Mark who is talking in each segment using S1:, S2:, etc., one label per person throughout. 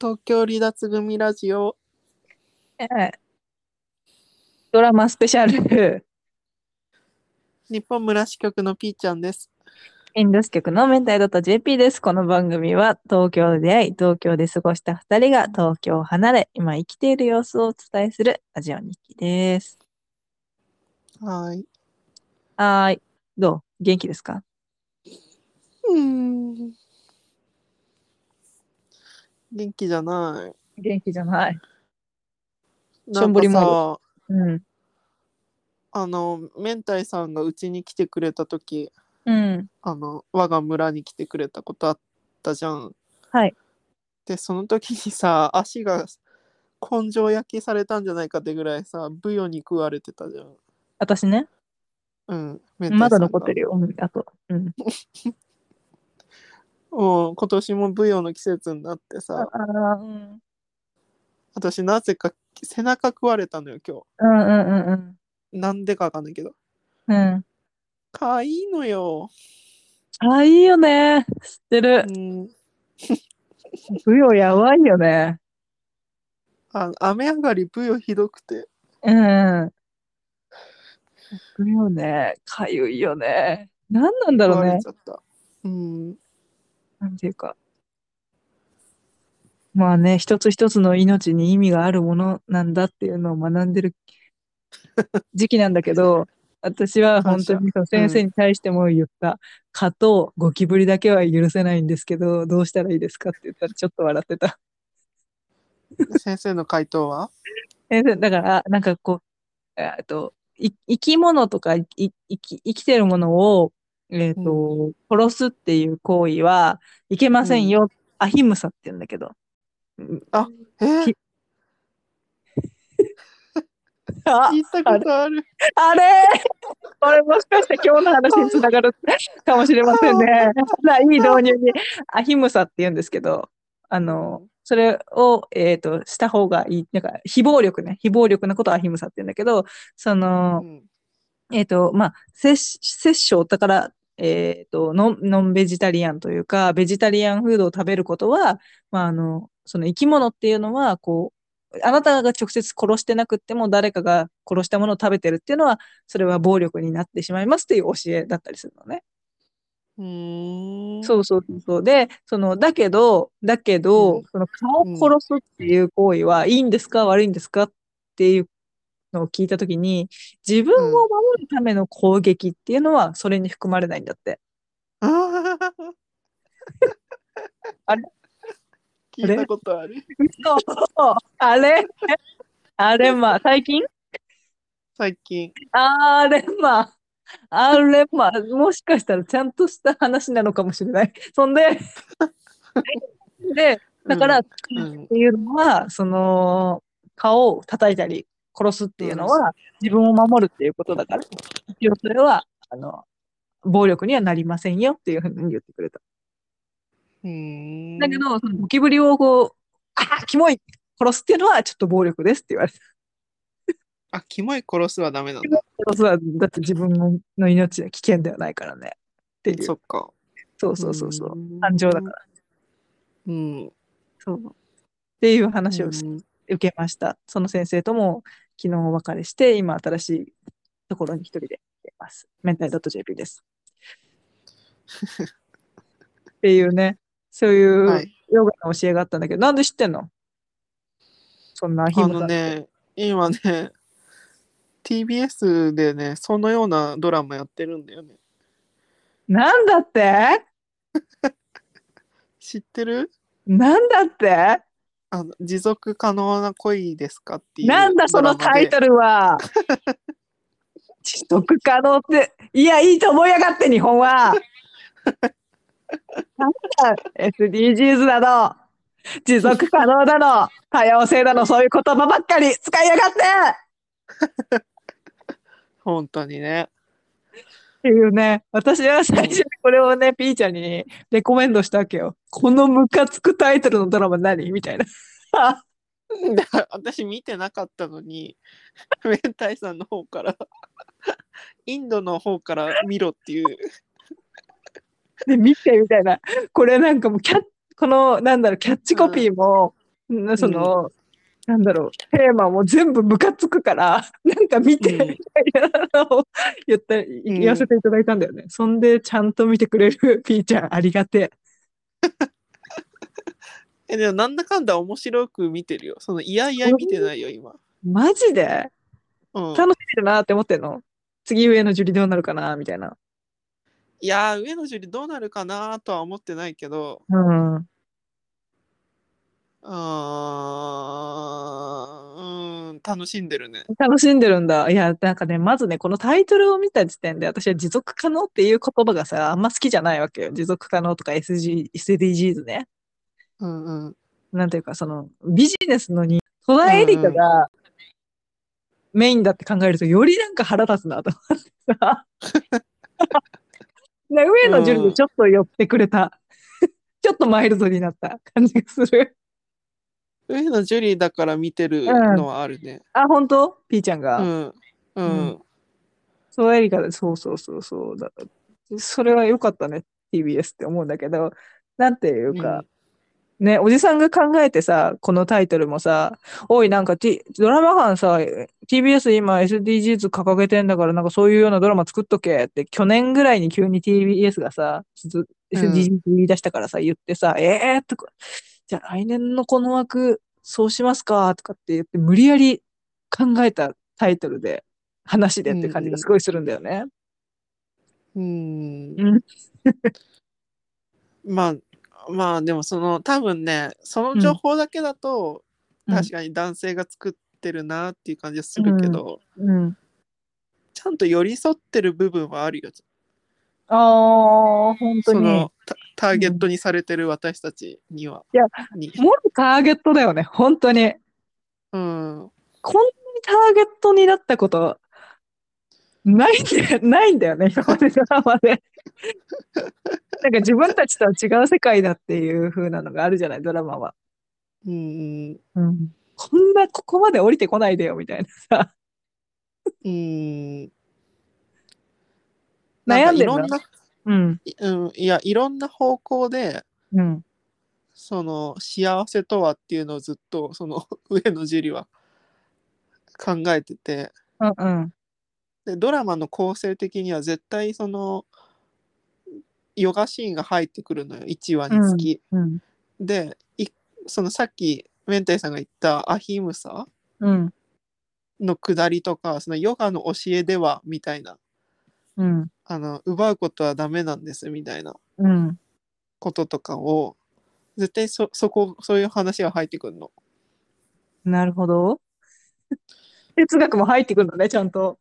S1: 東京離脱組ラジオ
S2: ドラマスペシャル、
S1: 日本村支局のピーちゃんです
S2: インド支局の明太ドット JP です。この番組は東京で出会い、東京で過ごした二人が東京を離れ、今生きている様子をお伝えするラジオ日記です。
S1: はーい
S2: はーい。どう元気ですか
S1: うーん元気じゃない
S2: 元気じゃない。
S1: な
S2: しょん
S1: ん
S2: ぼり
S1: か
S2: モー
S1: さ
S2: うん。
S1: あの明太さんがうちに来てくれた時
S2: うん。
S1: あの我が村に来てくれたことあったじゃん
S2: はい
S1: でその時にさ足が根性焼きされたんじゃないかってぐらいさブヨに食われてたじゃん
S2: 私ね、
S1: うん明太さんが
S2: まだ残ってるよ。うんあと。うん。
S1: もう今年もブヨの季節になってさ
S2: あ、うん。
S1: 私なぜか背中食われたのよ今
S2: うんうんうん
S1: 日なんでかわかんないけど
S2: うん。うん。
S1: 可愛いのよ、
S2: あ、いいよね。知ってる
S1: う。ん、
S2: ブヨやばいよね。
S1: あ雨上がりブヨひどくて
S2: うん。行くよね。かゆいよね。何なんだ
S1: 食
S2: ろう
S1: われ
S2: ね
S1: ち。ゃったうん
S2: なんていうか。まあね、一つ一つの命に意味があるものなんだっていうのを学んで る時期なんだけど、私は本当にそう
S1: 謝うん
S2: 先生に対しても言った、蚊とゴキブリだけは許せないんですけど、どうしたらいいですかって言ったらちょっと笑ってた。
S1: 先生の回答は
S2: 先生、だから、なんかこう、えーっと、い生き物とかいい生き、生きてるものを、えーっと、殺すっていう行為はいけませんよ。アヒムサって言うんだけど。
S1: えー
S2: きあ
S1: 聞いたことある
S2: あれこれもしかして今日の話につながるかもしれませんね。まあ、いい導入に。アヒムサって言うんですけど、あの、それを、えーっと、した方がいい。なんか、非暴力ね。非暴力なことをアヒムサって言うんだけど、その、
S1: うん
S2: えっ、と、まあ、摂摂取、だから、えっ、とノン、ノンベジタリアンというか、ベジタリアンフードを食べることは、まあ、あの、その生き物っていうのは、こう、あなたが直接殺してなくっても、誰かが殺したものを食べてるっていうのは、それは暴力になってしまいますっていう教えだったりするのね。
S1: うーん
S2: そうそうそうそう。で、その、だけど、だけど、
S1: うん
S2: その顔
S1: うん
S2: を殺すっていう行為はいいんですか、悪いんですかっていうのを聞いたときに、自分を守るための攻撃っていうのは、それに含まれないんだって。
S1: あー
S2: あれ
S1: 聞いたことある
S2: 嘘あれあれま、最近
S1: 最近
S2: あれま、あれま、もしかしたらちゃんとした話なのかもしれない。そんで、で、だから、
S1: う
S2: っ
S1: うん
S2: ていうのは、その、顔を叩いたり、殺すっていうのは、自分を守るっていうことだから、一応それは、あの、暴力にはなりませんよっていうふうに言ってくれた。
S1: うーん
S2: だけど、そのゴキブリをこう、あーキモい殺すっていうのはちょっと暴力ですって言われた。
S1: あキモい殺すはダメなんだ
S2: 殺すは、だって自分の命は危険ではないからね。っていう。
S1: そっか
S2: そうそうそうそう。
S1: ん
S2: 感情だから。
S1: うん
S2: そう。っていう話をし
S1: うん
S2: 受けました。その先生とも昨日お別れして、今新しいところに一人で来てます。メンタル .jp です。っていうね、そういう
S1: はい
S2: ヨガの教えがあったんだけど、なんで知ってんのそんな日
S1: あ
S2: も
S1: のね今ね TBS でねそのようなドラマやってるんだよね
S2: なんだって
S1: 知ってる
S2: なんだって
S1: あの持続可能な恋ですかっていう
S2: なんだそのタイトル は持続可能っていやいいと思いやがって日本 はなんだ SDGs だの持続可能だの多様性だのそういう言葉ばっかり使いやがって
S1: 本当にね
S2: っていうね私は最初にこれをねピーちゃんにレコメンドしたわけよこのムカつくタイトルのドラマ何みたいな
S1: だから私見てなかったのに 明太さんの方からインドの方から見ろっていう
S2: で見てみたいなこれなんかもうキャッこのなんだろうキャッチコピーもなその、なんだろう、テーマも全部ムカつくから、 なんか見て、
S1: うん
S2: みたいなのを言った、言わせていただいたんだよね。そんで、ちゃんと見てくれる ピーちゃん、ありがてえ。
S1: えでもなんだかんだ面白く見てるよそのいやいや見てないよ今、
S2: マジで
S1: うん、
S2: 楽しみだなって思ってんの。次上の樹里どうなるかなみたいな。
S1: いやー上野樹里どうなるかなとは思ってないけど
S2: うん。うん
S1: あーうーん楽しんでるね
S2: 楽しんでるんだ。いや、なんかね、まずね、このタイトルを見た時点で、私は持続可能っていう言葉がさ、あんま好きじゃないわけよ。持続可能とか SG、SDGs ね。
S1: うんうん
S2: なんていうか、その、ビジネスのに、戸田恵梨香がメインだって考えると、よりなんか腹立つな と思ってさ。な上野樹里にちょっと寄ってくれた。ちょっとマイルドになった感じがする。
S1: 上野樹里だから見てるのはあるね
S2: あ、本当ピーちゃんが。
S1: うんう
S2: うん
S1: ん
S2: そうエリカで、そうそうそうそうだ。それは良かったね、TBS って思うんだけど、なんていうか、ね、おじさんが考えてさ、このタイトルもさ、おい、なんか、T、ドラマ班さ、TBS 今 SDGs 掲げてんだから、なんかそういうようなドラマ作っとけって、去年ぐらいに急に TBS がさ、ず
S1: うん
S2: SDGs 言い出したからさ、言ってさ、えーとか、じゃあ来年のこの枠、そうしますかとかって言って、無理やり考えたタイトルで、話でって感じがすごいするんだよね。
S1: うん
S2: うん
S1: まあまあでもその多分ねその情報だけだと、
S2: うん
S1: 確かに男性が作ってるなっていう感じはするけど、
S2: うん。
S1: ちゃんと寄り添ってる部分はあるよ
S2: ああ、本当
S1: そ
S2: に。
S1: のタターゲットにされてる私たちには。
S2: いや
S1: に
S2: もうターゲットだよね、本当に。
S1: うん、
S2: こんなにターゲットになったこと、ないんだよ、ないんだよね、今までドラマ で。なんか自分たちとは違う世界だっていう風なのがあるじゃない、ドラマは。
S1: うん、
S2: うん。こんな、ここまで降りてこないでよ、みたいなさ。
S1: うん。
S2: 悩んでる
S1: なかいろん
S2: な
S1: な、
S2: うん。
S1: いうん、いや、いろんな方向で、
S2: うん。
S1: その幸せとはっていうのをずっと、その 上野樹里は考えてて、
S2: うんうん。
S1: で、ドラマの構成的には絶対その、ヨガシーンが入ってくるのよ、1話につき。
S2: うん。
S1: で、いそのさっき、メンタイさんが言ったアヒムサ
S2: うん。
S1: の下りとか、そのヨガの教えではみたいな、
S2: うん。
S1: あの、奪うことはダメなんですみたいな
S2: うん。
S1: こととかを、絶対そ、そこ、そういう話が入ってくるの。
S2: なるほど。 哲学も入ってくるのね、ちゃんと。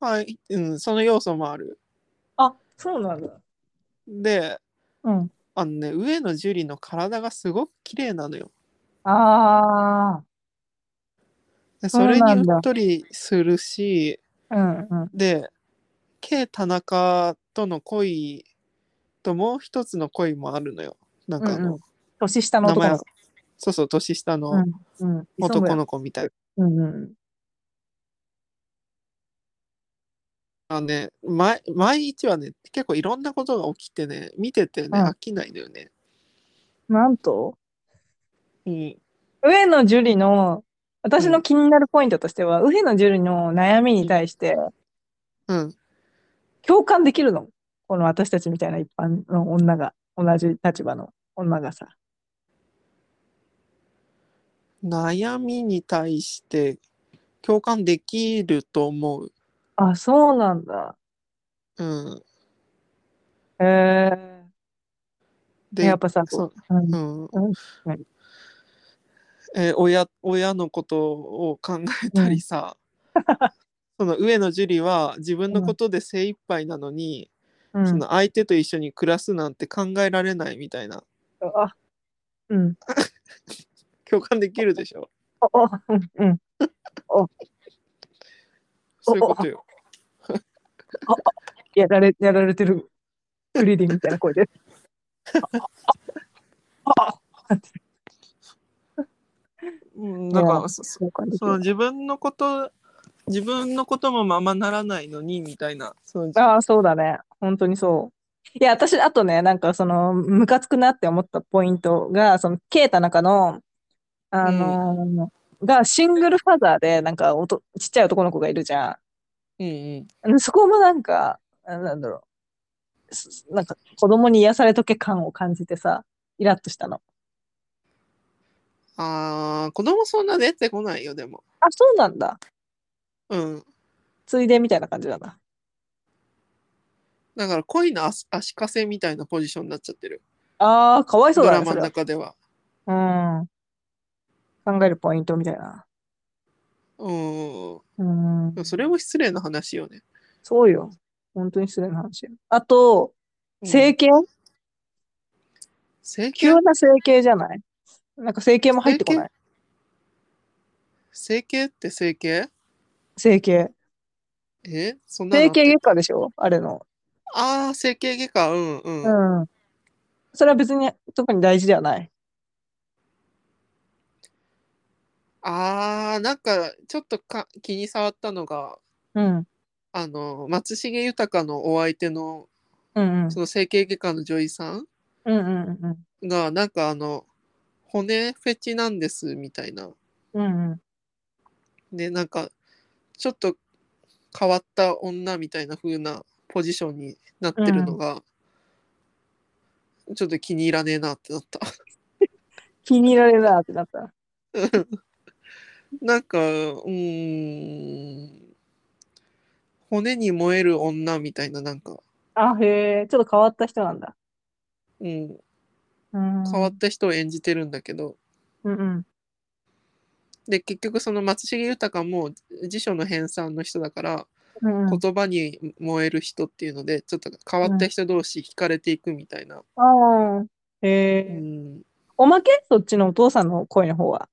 S1: はい。うん、その要素もある。
S2: あ、そうなんだ。
S1: で、
S2: うん。
S1: あのね、上野樹里の体がすごく綺麗なのよ。
S2: あ
S1: で
S2: そう
S1: それ
S2: な
S1: に
S2: んだ
S1: うっとりするし、
S2: あ。うんうん。
S1: で、K 田中との恋ともう一つの恋もあるのよ。なんかあ
S2: うんう
S1: の、
S2: 年下の
S1: 名
S2: 男
S1: 前
S2: の
S1: は、そうそう、年下の
S2: 子。うん。うん。
S1: 男の子みたいな。
S2: うんうん。
S1: あのね、毎毎日はね、結構いろんなことが起きてね、見ててね、
S2: うん
S1: 飽きないのよね。
S2: なんと
S1: うん。
S2: 上野樹里の、私の気になるポイントとしては、上野樹里の悩みに対して
S1: うん。
S2: 共感できるの。この私たちみたいな一般の女が、同じ立場の女がさ。
S1: 悩みに対して共感できると思う。
S2: あ、そうなんだ。
S1: うん。
S2: へえ。
S1: で、
S2: やっぱさ、
S1: そう。
S2: うん
S1: うん
S2: うん
S1: えー親親のことを考えたりさ、その上野樹里は自分のことで精一杯なのに、
S2: うん
S1: その相手と一緒に暮らすなんて考えられないみたいな
S2: あ、うん。
S1: 共感できるでしょ
S2: あ、あうん、うん。
S1: そういうことよ。
S2: やられ、やられてる。フリリンみたいな声で。あ、あ、あ、あ、
S1: うん、だか
S2: いや
S1: らそ
S2: そう感じ
S1: その自分のこと自分のこともままならないのにみたいなその
S2: ああ、そうだね。本当にそう。いや、私、あとね、なんか、その、ムカつくなって思ったポイントが、その、ケイタ中の、あのーがシングルファザーで、なんかおと、ちっちゃい男の子がいるじゃ
S1: うんうん。
S2: んうん。そこもなんか、あなんだろう。すなんか、子供に癒されとけ感を感じてさ、イラッとしたの。
S1: あー、子供そんな出てこないよ、でも。
S2: あ、そうなんだ。
S1: うん。
S2: ついでみたいな感じなんだ。
S1: だから恋の足足かせみたいなポジションになっちゃってる。
S2: ああ、かわいそう
S1: ド
S2: だ
S1: ラ
S2: ね、
S1: マ
S2: そ
S1: の
S2: れは。
S1: 中では。
S2: うん。考えるポイントみたいな。
S1: うん。
S2: うん
S1: でも。それも失礼な話よね。
S2: そうよ。本当に失礼な話よ。あと、
S1: うん
S2: 整形、
S1: 整形
S2: 急な整形じゃないなんか整形も入ってこない。
S1: 整形って整形
S2: 整形。
S1: えそんなのあ
S2: 整
S1: った
S2: 形外科でしょあれの。
S1: ああ、整形外科、うんうん。
S2: うん。それは別に特に大事ではない。
S1: ああ、なんかちょっとか気に障ったのが、
S2: うん。
S1: あの、松重豊のお相手の、
S2: うんうん。
S1: その整形外科の女医さん
S2: うんうんうん
S1: が、なんかあの、骨フェチなんですみたいな。
S2: うん。うんうん。
S1: で、なんか、ちょっと変わった女みたいな風なポジションになってるのが、ちょっと気に入らねえなってなった。
S2: 気に入られるなってなった。
S1: なんか、うーん、骨に燃える女みたいな、なんか、
S2: あ、へえ、ちょっと変わった人なんだ。
S1: うん、
S2: うん。
S1: 変わった人を演じてるんだけど、
S2: うんうん。
S1: で、結局その松重豊も辞書の編纂の人だから、
S2: うんうん、
S1: 言葉に燃える人っていうので、ちょっと変わった人同士惹かれていくみたいな。
S2: ああ。へ
S1: う
S2: え。
S1: ん、
S2: おまけそっちのお父さんの声の方は。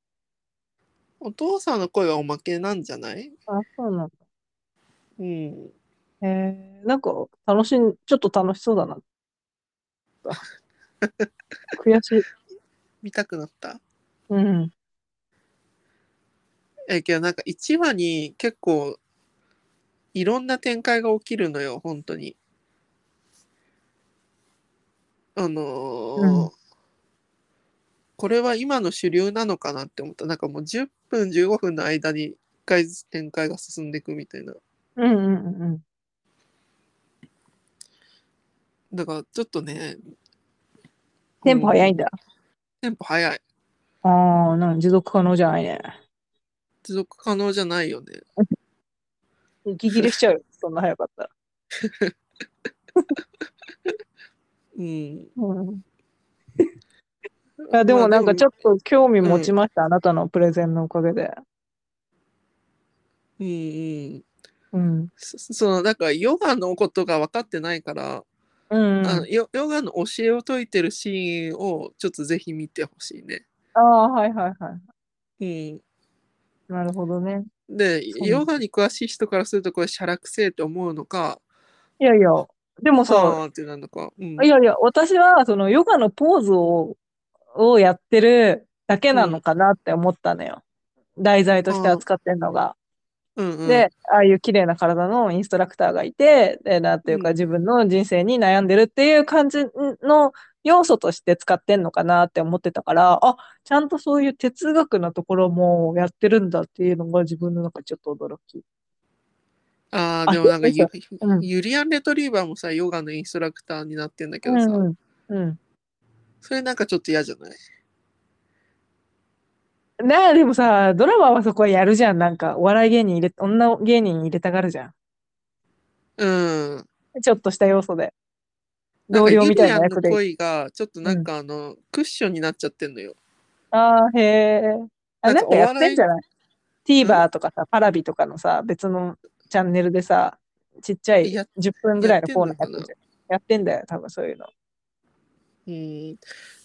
S1: お父さんの声はおまけなんじゃない
S2: あ、そうなんだ。
S1: うん。
S2: へえ。なんか、楽しん、ちょっと楽しそう だな。悔しい。
S1: 見たくなった。
S2: うん。
S1: え、けどなんか1話に結構、いろんな展開が起きるのよ、本当に。あのー
S2: うん
S1: これは今の主流なのかなって思った。なんかもう10分、15分の間に1回ずつ展開が進んでいくみたいな。
S2: うんうんうんうん。
S1: だからちょっとね。
S2: テンポ早いんだ。
S1: うん。テンポ早い。
S2: ああ、なんか持続可能じゃないね。
S1: 持続可能じゃないよね。
S2: 息切れしちゃうよ。そんな早かったら。
S1: うん。
S2: うん。いや、でもなんかちょ
S1: っ
S2: っと興味持ちました。あなたのプレゼンのおかげで。
S1: と。うんうん。
S2: うん。
S1: そその、だからヨガのことが分かってないから、
S2: うん。
S1: あ
S2: あ
S1: のヨヨガの教えを解いてるシーンをちょっとぜひ見てほしいね。
S2: あ、はいはいはい。
S1: うん。
S2: なるほどね。
S1: で、
S2: そう
S1: ヨガに詳しい人からするとこれ、しゃらくせえって思うのか、
S2: いやいや、でもさ、
S1: あーってなるのか。うん、
S2: いやいや、私はそのヨガのポーズを、をやってるだけなのかなって思ったのよ。題材として扱ってんのが。
S1: うんうん、
S2: で、ああいう綺麗な体のインストラクターがいて、で、なんていうか
S1: うん
S2: 自分の人生に悩んでるっていう感じの要素として使ってんのかなって思ってたから、あ、ちゃんとそういう哲学なところもやってるんだっていうのが自分の中でちょっと驚き。
S1: あ
S2: あ
S1: あ、でもなんかゆ、
S2: うん
S1: ユリアン・レトリーバーもさ、ヨガのインストラクターになってんだけどさ、
S2: うん、うん。
S1: それなんかちょっと嫌じゃない
S2: なあ、でもさ、ドラマはそこはやるじゃん。なんか、お笑い芸人入れ、女芸人入れたがるじゃ
S1: うん。
S2: ん。ちょっとした要素で。
S1: なん
S2: 同
S1: か
S2: 僚
S1: ユリ
S2: みたい
S1: ア
S2: な
S1: ン
S2: 役
S1: の
S2: で。
S1: 恋が、ちょっとなんかあの、クッションになっちゃってんのよ。
S2: ああ、へえ。あ、
S1: な
S2: な
S1: か
S2: んんか
S1: お
S2: や
S1: 笑い
S2: ってんじゃない ?TVer とかさ、パラビとかのさ、別のチャンネルでさ、ちっちゃい
S1: や
S2: 10分ぐらいのコーナーやってるじゃん。やってんだよ、多分そういうの。
S1: うん。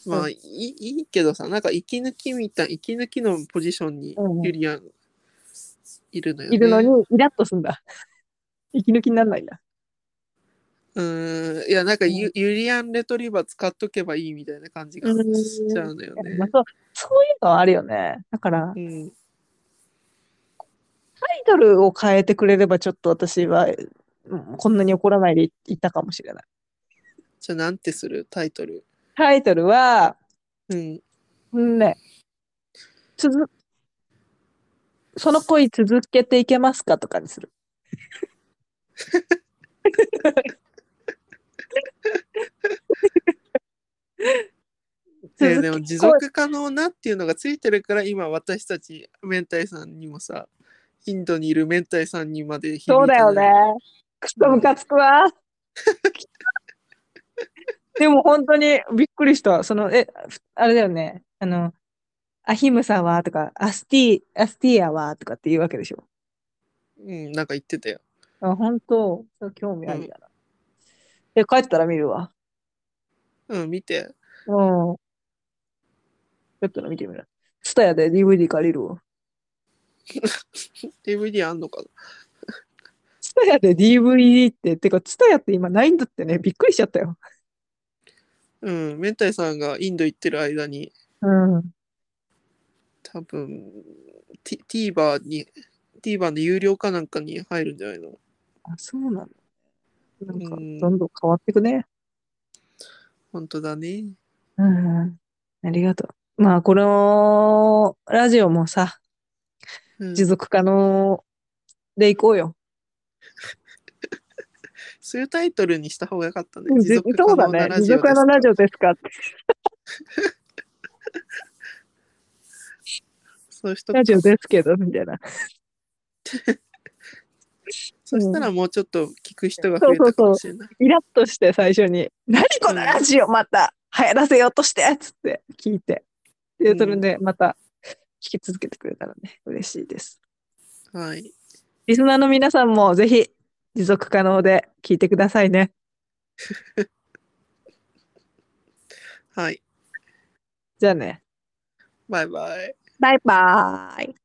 S1: まあ、いいいいけどさ、なんか息抜きみたい、息抜きのポジションに
S2: うんうん
S1: ユリアンいるのよ、ね。
S2: いるのに、イラッとすんだ。 息抜きになんないんだ。
S1: うーん、いや、なんかユ,、ユリアンレトリバー使っとけばいいみたいな感じが
S2: うん
S1: しちゃうのよね
S2: まあ。そう、そういうのはあるよね。だから
S1: う、ん、
S2: タイトルを変えてくれれば、ちょっと私は、うんこんなに怒らないでいったかもしれない。
S1: じゃあ、なんてするタイトル。
S2: タイトルは、
S1: うん。
S2: うんね、つづ、その恋続けていけますかとかにする。
S1: ね
S2: 続
S1: でも
S2: き
S1: 持続可能なっていうのがついてるから今私たち明太さんにもさインドにいる明太さんにまで響いて
S2: そうだよね。くそムカつくわ。 でも本当にびっくりした。その、え、ふあれだよね。あの、アヒムサはとか、アスティ、アスティアはとかって言うわけでしょ。
S1: うんなんか言ってたよ
S2: あ、本当、それ興味ありだな。え、帰ったら見るわ。
S1: うん見て
S2: うん。帰ったら見てみる。ツタヤで DVD 借りるわ。
S1: DVD あんのかな
S2: ツタヤで DVD って、てか、ツタヤって今ないんだってね、びっくりしちゃったよ。
S1: うん明太さんがインド行ってる間に
S2: うん。
S1: 多分 T- TVer に TVer の有料かなんかに入るんじゃないの
S2: あ、そうなの。なんか、
S1: うん
S2: どんどん変わってくね。
S1: 本当だね
S2: うん、ありがとう。まあ、このラジオもさ、
S1: うん
S2: 持続可能でいこうよ。
S1: そういうタイトルにした方がよかったね。持
S2: 持
S1: 続可能
S2: そうだ
S1: な
S2: ね。
S1: ラ
S2: 持
S1: ジオ
S2: 続
S1: で
S2: 可
S1: す
S2: 能ラジオですか
S1: そうしと
S2: ラジオですけど、みたいな。
S1: そしたらもうちょっと聞く人が増えたかもしれない。
S2: イラッとして最初に、何このラジオまた流行らせようとしてっつって聞いて。で、それでまた聞き続けてくれたらね、嬉しいです。
S1: はい。
S2: リスナーの皆さんもぜひ持続可能で聞いてくださいね。
S1: はい。
S2: じゃあね。
S1: バイバイ。
S2: バイバーイ。